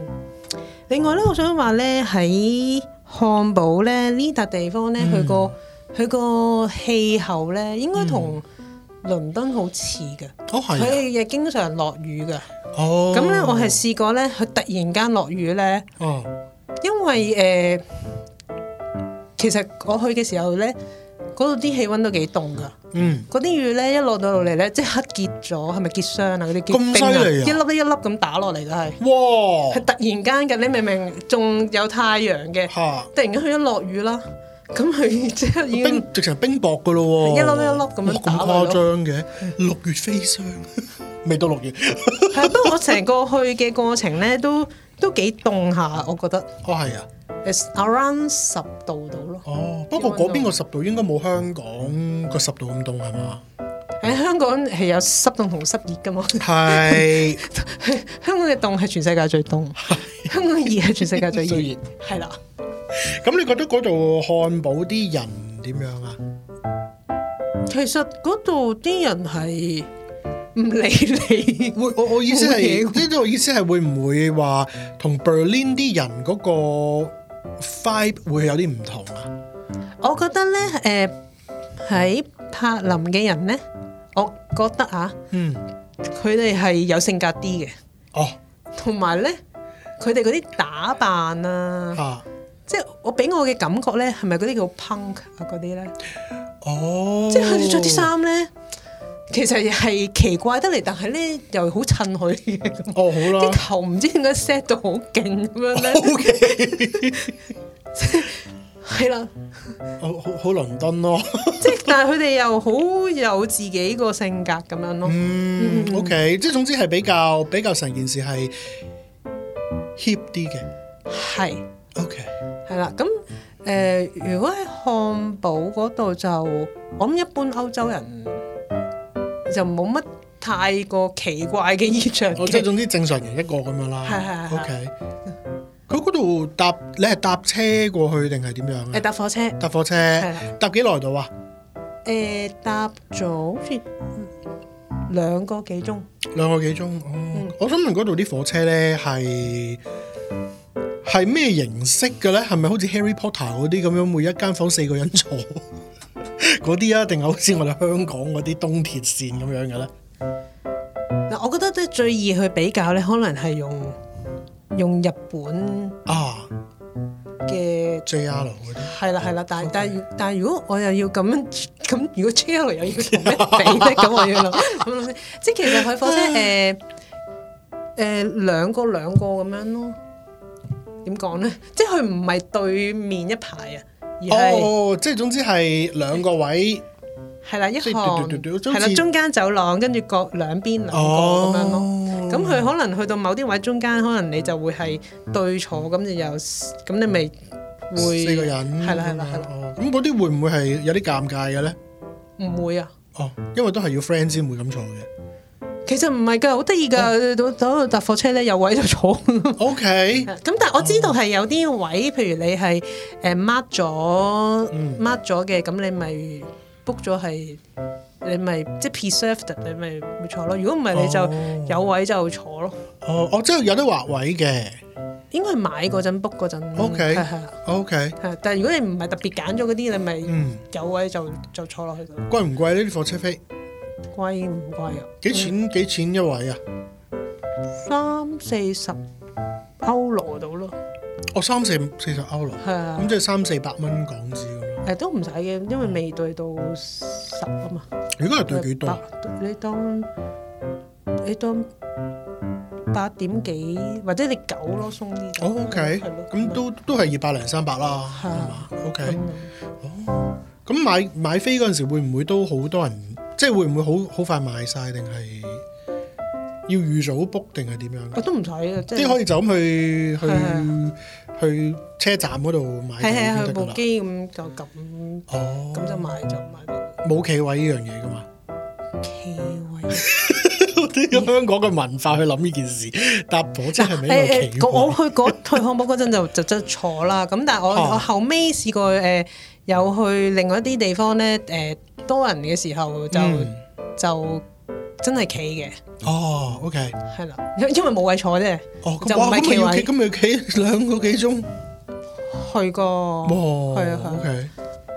Speaker 2: 另外咧，我想話咧喺漢堡咧呢笪地
Speaker 1: 嗯
Speaker 2: 方咧，佢個佢個氣候咧應該同
Speaker 1: 嗯
Speaker 2: 倫敦好似嘅，
Speaker 1: 哦係
Speaker 2: 佢
Speaker 1: 啊，
Speaker 2: 哋亦經常落雨嘅。
Speaker 1: 哦，
Speaker 2: 咁咧、我係試過咧，佢突然間落雨咧，
Speaker 1: 哦，
Speaker 2: 因為誒、呃其實我去嘅時候咧，嗰度啲氣温都幾凍㗎。
Speaker 1: 嗯，
Speaker 2: 嗰啲雨咧一落到落嚟咧，即刻結咗，係咪結霜啊？嗰啲結
Speaker 1: 咁
Speaker 2: 冰
Speaker 1: 犀利啊
Speaker 2: 一粒一粒咁打落嚟嘅係。
Speaker 1: 哇，
Speaker 2: 係突然間嘅，你明明仲有太陽嘅，
Speaker 1: 嚇，
Speaker 2: 突然間佢一落雨啦，咁
Speaker 1: *laughs*
Speaker 2: 佢即係已經
Speaker 1: 冰直情係冰雹噶咯喎，
Speaker 2: 一粒一粒咁樣
Speaker 1: 哇
Speaker 2: 打落
Speaker 1: 咁
Speaker 2: 去嗯
Speaker 1: 誇張嘅，六月飛霜， *laughs* 未到六月， *laughs*
Speaker 2: 係。啊不過我成個去嘅過程咧，都都幾凍下，我覺得
Speaker 1: 哦係啊，
Speaker 2: It's around 十度到咯。
Speaker 1: 哦，不過嗰邊個
Speaker 2: 啊
Speaker 1: 十度應該冇香港個十度咁凍係嘛？
Speaker 2: 喺香港係有濕凍同濕熱噶嘛， *laughs*
Speaker 1: 係，
Speaker 2: 香港嘅凍係全世界最凍，香港嘅熱係全世界最
Speaker 1: 最
Speaker 2: 熱
Speaker 1: 熱，
Speaker 2: 係啦。
Speaker 1: 咁你覺得嗰度漢堡啲人點樣啊？
Speaker 2: 其實嗰度啲人係唔理你。
Speaker 1: 會我我意思係，
Speaker 2: 冇
Speaker 1: 即係我意思係會唔會話同 Berlin 啲人嗰個 vibe 會有啲唔同啊？
Speaker 2: 我覺得咧，誒、喺柏林嘅人咧，我覺得啊，
Speaker 1: 嗯，
Speaker 2: 佢哋係有性格啲嘅，
Speaker 1: 哦
Speaker 2: 同埋咧，佢哋嗰啲打扮啊，
Speaker 1: 啊，
Speaker 2: 即係我俾我嘅感覺咧，係咪嗰啲叫 punk 啊嗰啲咧？
Speaker 1: 哦，
Speaker 2: 即係佢哋着啲，衫咧，其實係奇怪得嚟，但係咧又好襯佢嘅。
Speaker 1: 哦好啦
Speaker 2: 啲頭唔知點解 set 到好勁咁樣
Speaker 1: *laughs*
Speaker 2: 咧，
Speaker 1: ，OK，
Speaker 2: 係啦，
Speaker 1: 好好好倫敦咯，
Speaker 2: 即係但係佢哋又好有自己個性格咁樣咯。
Speaker 1: 嗯，OK，即係總之係比較比較成件事係 hip 啲嘅
Speaker 2: 係
Speaker 1: ，OK，
Speaker 2: 係啦，咁誒、呃如果喺漢堡嗰度就，我諗一般歐洲人就冇乜太過奇怪嘅衣着
Speaker 1: 哦我即係
Speaker 2: 嘅，
Speaker 1: 總之正常人一個咁樣啦
Speaker 2: 係係係
Speaker 1: ，OK，佢嗰度搭你係搭車過去定係點樣
Speaker 2: 誒
Speaker 1: 啊？
Speaker 2: 搭火車，誒、
Speaker 1: 搭火車
Speaker 2: 啦
Speaker 1: 搭幾耐到啊？
Speaker 2: 搭咗好似兩個幾鐘，
Speaker 1: 兩個幾鐘哦。
Speaker 2: 嗯
Speaker 1: 我想問嗰度啲火車咧係係咩形式嘅咧？係咪好似 Harry Potter 嗰啲咁樣，每一間房四個人坐 *laughs* 嗰啲啊？定係好似我哋香港嗰啲東鐵線咁樣嘅咧？
Speaker 2: 嗱我覺得咧最易去比較咧，可能係用用日本
Speaker 1: 啊
Speaker 2: 嘅。
Speaker 1: ，JR 嗰啲
Speaker 2: 係啦係啦，但係但係但係如果我又要咁樣 *laughs* 咁，如果 JR 又要同咩比咧？咁
Speaker 1: *laughs*
Speaker 2: 我要諗咁諗先，即係其實佢火車誒誒兩個兩個咁樣咯。點講咧？即係佢唔係對面一排啊，而係
Speaker 1: 哦，即係總之係兩個位
Speaker 2: 係啦一
Speaker 1: 即係
Speaker 2: 行
Speaker 1: 嘟嘟嘟嘟好
Speaker 2: 係
Speaker 1: 似
Speaker 2: 啦，中間走廊跟住各兩邊兩個咁樣咯。
Speaker 1: 哦。
Speaker 2: 咁佢可能去到某啲位中間，可能你就會係對坐，咁你又咁你咪會
Speaker 1: 四個人
Speaker 2: 係啦係啦係啦，
Speaker 1: 啦。咁嗰啲會唔會係有啲尷尬嘅咧？
Speaker 2: 唔會啊。
Speaker 1: 哦，因為都係要 friend 先會咁坐嘅。
Speaker 2: 其實唔係㗎，好得意㗎，到到度搭火車咧有位就坐。 *laughs* 咁
Speaker 1: O K，
Speaker 2: 但係我知道係有呃嗯啲位，譬如你係誒 mark 咗 mark 咗嘅，咁你咪 book 咗係你咪即係 preserved，你咪會坐咯。如果唔係你
Speaker 1: 哦
Speaker 2: 就有位就坐咯。
Speaker 1: 哦，我即係有得劃位嘅。
Speaker 2: 應該係買嗰陣 book 嗰陣。
Speaker 1: OK
Speaker 2: 係係
Speaker 1: OK，
Speaker 2: 係但係如果你唔係特別揀咗嗰啲，你咪
Speaker 1: 嗯，
Speaker 2: 有位就就坐落去㗎啦。
Speaker 1: 貴唔貴呢啲火車飛？
Speaker 2: 貴唔貴啊？
Speaker 1: 幾錢幾錢一位啊？
Speaker 2: 三四十歐羅到咯，
Speaker 1: 哦，三四四十歐羅，
Speaker 2: 係啊
Speaker 1: 咁。即係三四百蚊港紙咁樣。
Speaker 2: 誒、都唔使嘅，因為未對到十啊嘛。
Speaker 1: 如果係對幾多？
Speaker 2: 百你當你當八點幾，或者你九咯，鬆啲就。
Speaker 1: 哦，OK，
Speaker 2: 係咯
Speaker 1: 咁都都係二百零三百啦，係
Speaker 2: 係
Speaker 1: 嘛
Speaker 2: 啊
Speaker 1: ？OK，
Speaker 2: 咁
Speaker 1: 咁買買飛嗰陣時會唔會都好多人？即係會唔會好好快賣晒定係要預早 book 定係點樣㗎
Speaker 2: 我？都唔使啊，即
Speaker 1: 即係可以就咁去去
Speaker 2: 係
Speaker 1: 去車站嗰度買
Speaker 2: 係係
Speaker 1: 飛就得
Speaker 2: 去
Speaker 1: 㗎
Speaker 2: 部
Speaker 1: 啦。
Speaker 2: 機咁就撳，
Speaker 1: 哦，
Speaker 2: 咁就買就買到
Speaker 1: 冇企位呢樣嘢㗎嘛？
Speaker 2: 企位。
Speaker 1: 啲香港嘅文化去諗呢件事，搭火車係咪
Speaker 2: 誒
Speaker 1: 有
Speaker 2: 誒
Speaker 1: 企
Speaker 2: 嗰我
Speaker 1: 位？
Speaker 2: 去嗰去漢堡嗰陣就就真係坐啦，咁但係我
Speaker 1: 哦
Speaker 2: 我後尾試過誒、有去另外一啲地方咧誒、多人嘅時候就、
Speaker 1: 嗯
Speaker 2: 就真係企嘅，
Speaker 1: 哦，OK，
Speaker 2: 係啦，因因為冇位坐啫，
Speaker 1: 哦，咁
Speaker 2: 就唔
Speaker 1: 哇
Speaker 2: 係
Speaker 1: 咁咪要企，
Speaker 2: 企
Speaker 1: 咁咪要企 *laughs* 兩個幾鐘，
Speaker 2: 去過，
Speaker 1: 哇，
Speaker 2: 係啊係啊
Speaker 1: o k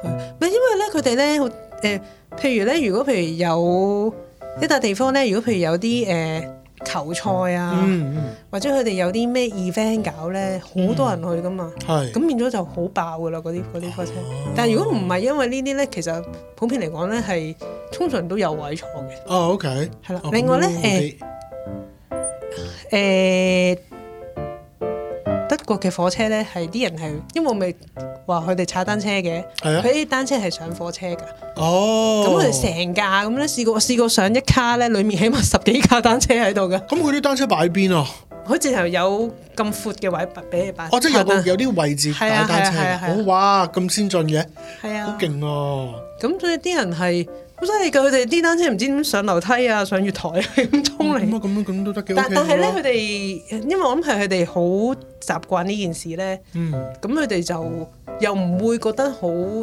Speaker 2: 唔係因為咧佢哋咧好誒，譬如咧如果譬如有一笪地方咧，如果譬如有啲誒、球賽啊，
Speaker 1: 嗯嗯，
Speaker 2: 或者佢哋有啲咩 event 搞咧，好多人去噶嘛。
Speaker 1: 係，嗯
Speaker 2: 咁變咗就好爆噶啦，嗰啲嗰啲火車。但係如果唔係因為呢啲咧，其實普遍嚟講咧係通常都有位坐嘅。
Speaker 1: 哦，OK，
Speaker 2: 係啦
Speaker 1: 哦
Speaker 2: 另外呢
Speaker 1: 咁都 OK
Speaker 2: 誒、呃德國嘅火車咧係啲人係，因為我咪話佢哋踩單車嘅，
Speaker 1: 係啊
Speaker 2: 佢啲單車係上火車㗎。
Speaker 1: 哦，
Speaker 2: 咁佢哋成架咁咧試過，我試過上一卡咧，裡面起碼十幾架單車喺度㗎。
Speaker 1: 咁佢啲單車擺邊啊？
Speaker 2: 好似係有咁闊嘅位俾你擺。
Speaker 1: 哦，即係有個
Speaker 2: 係
Speaker 1: 有啲位置
Speaker 2: 係
Speaker 1: 擺
Speaker 2: 啊
Speaker 1: 單車
Speaker 2: 係啊係
Speaker 1: 嘅，
Speaker 2: 啊係
Speaker 1: 哦
Speaker 2: 啊
Speaker 1: 哇，咁先進嘅，
Speaker 2: 啊。
Speaker 1: 好勁啊！
Speaker 2: 咁所以啲人係好犀利㗎，佢哋啲單車唔知點上樓梯啊，上月台啊咁衝
Speaker 1: 咁啊，
Speaker 2: 嚟。
Speaker 1: 咁樣咁都得嘅，
Speaker 2: 但
Speaker 1: OK
Speaker 2: 但係咧，
Speaker 1: 喎
Speaker 2: 佢哋因為我諗係佢哋好習慣呢件事咧，
Speaker 1: 嗯
Speaker 2: 咁佢哋就又唔會覺得好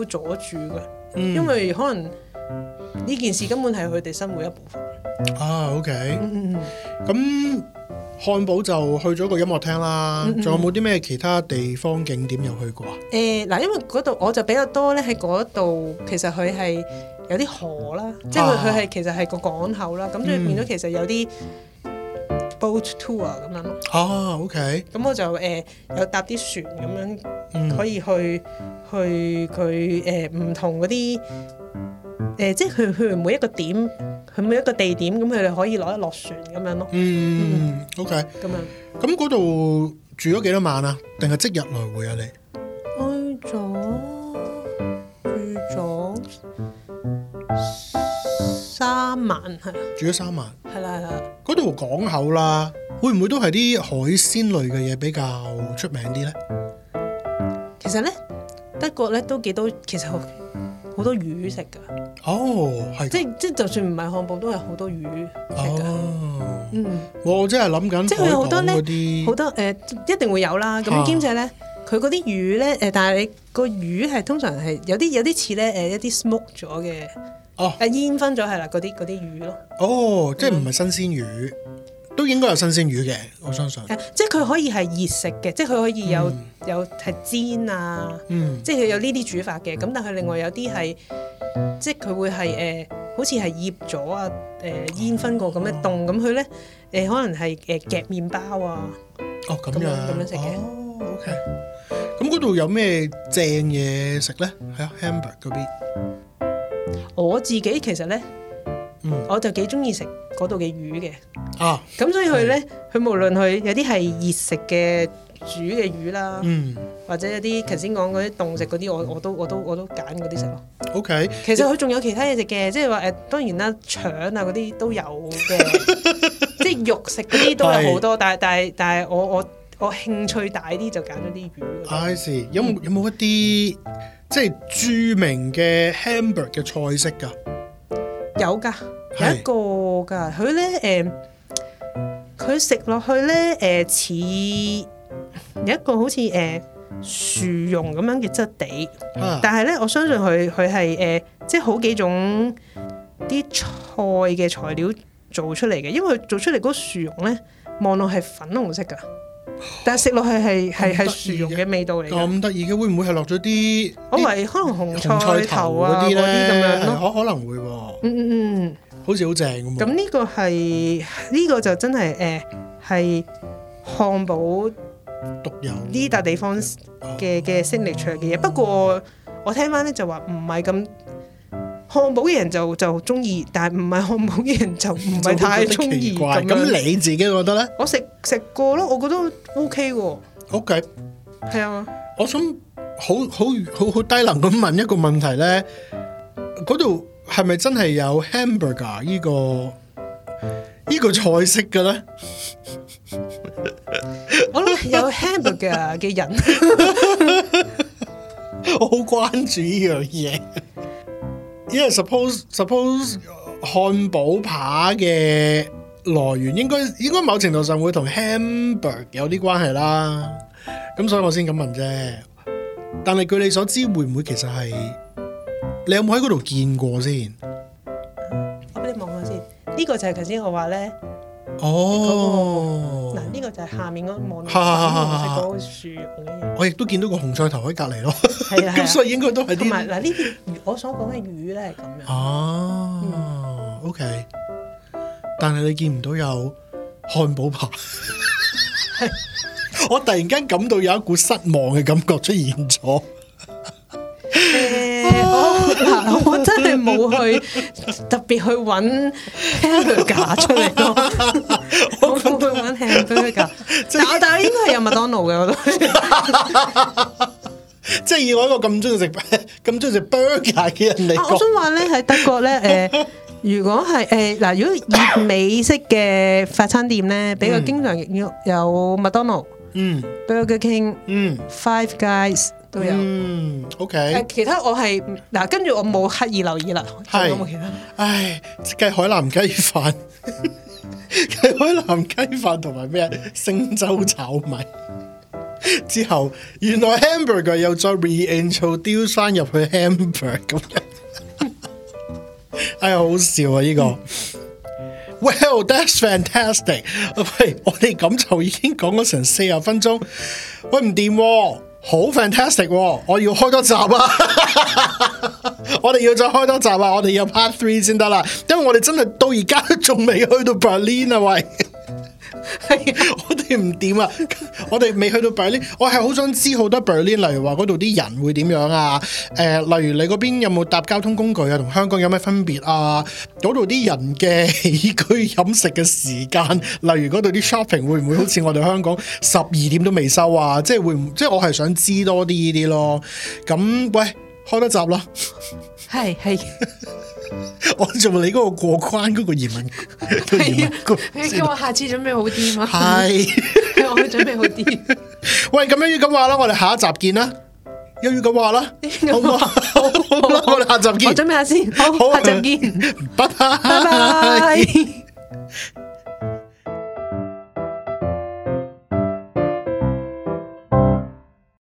Speaker 2: 阻住嘅，
Speaker 1: 嗯
Speaker 2: 因為可能呢件事根本係佢哋生活一部分。
Speaker 1: 啊，OK。
Speaker 2: 嗯嗯嗯
Speaker 1: 咁漢堡就去咗個音樂廳啦，仲有冇啲咩其他地方景點有去過啊？
Speaker 2: 誒嗱，因為嗰度我就比較多咧，喺嗰度其實佢係有啲河啦，即係佢
Speaker 1: 啊
Speaker 2: 佢係其實係個港口啦，咁所以
Speaker 1: 嗯
Speaker 2: 變咗其實有啲 boat tour 咁樣咯。
Speaker 1: 啊，OK，
Speaker 2: 咁我就誒、呃有搭啲船咁
Speaker 1: 嗯
Speaker 2: 樣，可以去、去佢誒唔同嗰啲誒，即係佢佢每一個點，佢每一個地點，咁佢哋可以攞一落船咁樣咯，
Speaker 1: 嗯，OK，
Speaker 2: 咁樣。
Speaker 1: 咁嗰度住咗幾多晚啊？定係即日來回啊？你
Speaker 2: 開咗住咗三晚係
Speaker 1: 住咗三晚，
Speaker 2: 係啦係啦，
Speaker 1: 嗰度港口啦，會唔會都係啲海鮮類嘅嘢比較出名啲呢？
Speaker 2: 其實咧德國咧都幾多，其實好好多魚食㗎，
Speaker 1: 哦，係㗎，
Speaker 2: 即係即係就算唔係漢堡都有好多魚食㗎，
Speaker 1: 哦，
Speaker 2: 嗯。
Speaker 1: 我真係諗
Speaker 2: 即
Speaker 1: 緊
Speaker 2: 係佢
Speaker 1: 海
Speaker 2: 有好多
Speaker 1: 港
Speaker 2: 呢
Speaker 1: 嗰啲
Speaker 2: 好，多誒、呃一定會有啦。
Speaker 1: 啊
Speaker 2: 咁兼且咧，佢嗰啲魚咧誒、呃但係你個魚係通常係有啲有啲似咧誒一啲 smoke 咗嘅，
Speaker 1: 哦
Speaker 2: 誒煙燻咗係啦，嗰啲嗰啲魚咯。
Speaker 1: 哦，即係唔係新鮮魚，都應該有新鮮魚嘅，我相信。
Speaker 2: 誒、呃即係佢可以係熱食嘅，即係佢可以有、有係煎啊，
Speaker 1: 嗯，
Speaker 2: 即係佢有呢啲煮法嘅。咁但係另外有啲係即係佢會係誒、呃好似係醃咗啊誒、呃、
Speaker 1: 哦
Speaker 2: 煙燻過咁樣凍，咁佢咧誒可能係誒、呃、夾麵包啊。
Speaker 1: 哦咁
Speaker 2: 咁
Speaker 1: 樣
Speaker 2: 樣咁樣食嘅
Speaker 1: 哦，OK。咁嗰度有咩正嘢食咧？喺 Hamburg 嗰邊，
Speaker 2: 我自己其實咧，
Speaker 1: 嗯
Speaker 2: 我就幾中意食嗰度嘅魚嘅。
Speaker 1: 啊，
Speaker 2: 咁所以佢咧，佢無論佢有啲係熱食嘅煮嘅魚啦，
Speaker 1: 嗯
Speaker 2: 或者有啲頭先講嗰啲凍食嗰啲，我我都我都我都揀嗰啲食咯。
Speaker 1: 嗯，OK。
Speaker 2: 其實佢仲有其他嘢食嘅，即係話誒，當然啦，腸啊嗰啲都有嘅，即係肉食嗰啲都有好多，但係但係但係我我我興趣大啲就揀咗啲魚嗰啲。
Speaker 1: I see 有冇有冇一啲即係著名嘅 Hamburg 嘅菜式㗎？
Speaker 2: 有㗎，有
Speaker 1: 係
Speaker 2: 一個㗎，佢咧誒，佢食落去咧誒、似有一個好似誒、樹蓉咁樣嘅質地，
Speaker 1: 啊，
Speaker 2: 但係咧我相信佢佢係誒即係好幾種啲菜嘅材料做出嚟嘅，因為佢做出嚟嗰個薯蓉咧，望落係粉紅色㗎，但係食落去係係
Speaker 1: 啊
Speaker 2: 係薯蓉嘅味道嚟㗎。
Speaker 1: 咁得意嘅，會唔會係落咗啲
Speaker 2: 我以
Speaker 1: 啲
Speaker 2: 為可能紅
Speaker 1: 紅菜頭
Speaker 2: 菜頭
Speaker 1: 嗰
Speaker 2: 啊
Speaker 1: 啲
Speaker 2: 嗰啲咁
Speaker 1: 咧？
Speaker 2: 樣
Speaker 1: 係
Speaker 2: 咯。
Speaker 1: 可可能會喎，
Speaker 2: 嗯嗯嗯。
Speaker 1: 好似好正咁
Speaker 2: 咁
Speaker 1: 喎。
Speaker 2: 呢個係呢、個就真係誒係漢堡
Speaker 1: 獨有
Speaker 2: 呢笪地方嘅嘅 signature 嘅嘢。不過我聽翻咧就話唔係咁漢堡嘅人就就中意，但係唔係漢堡嘅人
Speaker 1: *laughs*
Speaker 2: 就唔係太中意
Speaker 1: 就會
Speaker 2: 咁
Speaker 1: 覺得奇怪咁
Speaker 2: 樣。
Speaker 1: 你自己覺得咧
Speaker 2: 我食食過咯，我覺得 OK 喎，
Speaker 1: ？OK，
Speaker 2: 係啊，
Speaker 1: 我想好好好好低能咁問一個問題咧，嗰度係咪真係有 hamburger 呢個呢個菜式嘅咧？*laughs*
Speaker 2: 我諗有 hamburger 嘅人， *laughs*
Speaker 1: *laughs* 我好關注呢樣嘢，因為 suppose suppose 漢堡扒嘅來源應該應該某程度上會同 hamburg 有啲關係啦，咁所以我先咁問啫。但係據你所知，會唔會其實係你有冇喺嗰度見過先？
Speaker 2: 我俾你望下先。呢個就係頭先我話咧，
Speaker 1: 哦，
Speaker 2: 嗱呢個就係下面嗰望落
Speaker 1: 係係係係
Speaker 2: 粉紅色嗰個樹嘅嘢。
Speaker 1: 我亦都見到個紅菜頭喺隔離咯，
Speaker 2: 係啦係啦
Speaker 1: 咁所以應該都係
Speaker 2: 同埋
Speaker 1: 啲哦
Speaker 2: 嗱，呢啲魚我所講嘅魚咧係咁樣，
Speaker 1: 啊，OK。但係你見唔到有漢堡扒， *laughs* 我突然間感到有一股失望嘅感覺出現咗。
Speaker 2: 誒我哦嗱我真係冇去特別去揾 hamburger 出嚟
Speaker 1: *laughs*
Speaker 2: 咯，我冇去揾 hamburger，但我但係應該係有麥當勞嘅我
Speaker 1: *laughs*
Speaker 2: 都啊係，
Speaker 1: 即係以我一個咁中意食 *laughs* 咁中意食 burger 嘅人嚟
Speaker 2: 啊我
Speaker 1: 講，
Speaker 2: 想話咧喺德
Speaker 1: *laughs*
Speaker 2: 國咧誒。如果係誒嗱，如果以美式嘅快餐店咧，比較經常有有麥當勞、
Speaker 1: 嗯
Speaker 2: Burger King、
Speaker 1: 嗯
Speaker 2: Five Guys 都有。
Speaker 1: 嗯
Speaker 2: 誒
Speaker 1: ，OK。
Speaker 2: 其他我係嗱，跟住我冇刻意留意啦，
Speaker 1: 係
Speaker 2: 仲有冇其他？
Speaker 1: 唉，計海南雞飯，計海南雞飯同埋咩啊星洲炒米。之後原來 hamburger 又再 reintroduce 翻入去 hamburger *laughs* 咁樣，哎呀好笑啊呢、個。Well, that's fantastic！喂，我哋咁就已經講咗成四十分鐘，喂唔掂喎，好 fantastic！喎我要開多集啊！ *laughs* 我哋要再開多集啊！我哋要 part three 先得啦，因為我哋真係到而家都仲未去到 Berlin 啊！喂， *laughs* 啊我哋唔掂啊！ *laughs* 我哋未去到 Berlin，我係好想知好多 Berlin，例如話嗰度啲人會點樣啊？誒、例如你嗰邊有冇搭交通工具啊？同香港有咩分別啊？嗰度啲人嘅起居飲食嘅時間，例如嗰度啲 shopping 會唔會好似我哋香港十二點都未收啊？即係會唔即係我係想知多啲呢啲咯。咁喂，開多集啦！
Speaker 2: 係係。
Speaker 1: *laughs* 我做你嗰個過關嗰個移民個移
Speaker 2: 啊
Speaker 1: 民官
Speaker 2: 你叫我下次準備好啲嘛？
Speaker 1: 係
Speaker 2: *laughs* 我會準備好啲。
Speaker 1: 喂，咁樣要咁話啦，我哋下一集見啦，又要咁話啦，好唔好？好啦，我哋下集見，
Speaker 2: 我準備下先，
Speaker 1: 好啊 *laughs*
Speaker 2: 好，下集見，
Speaker 1: 拜拜 *laughs*
Speaker 2: 拜拜。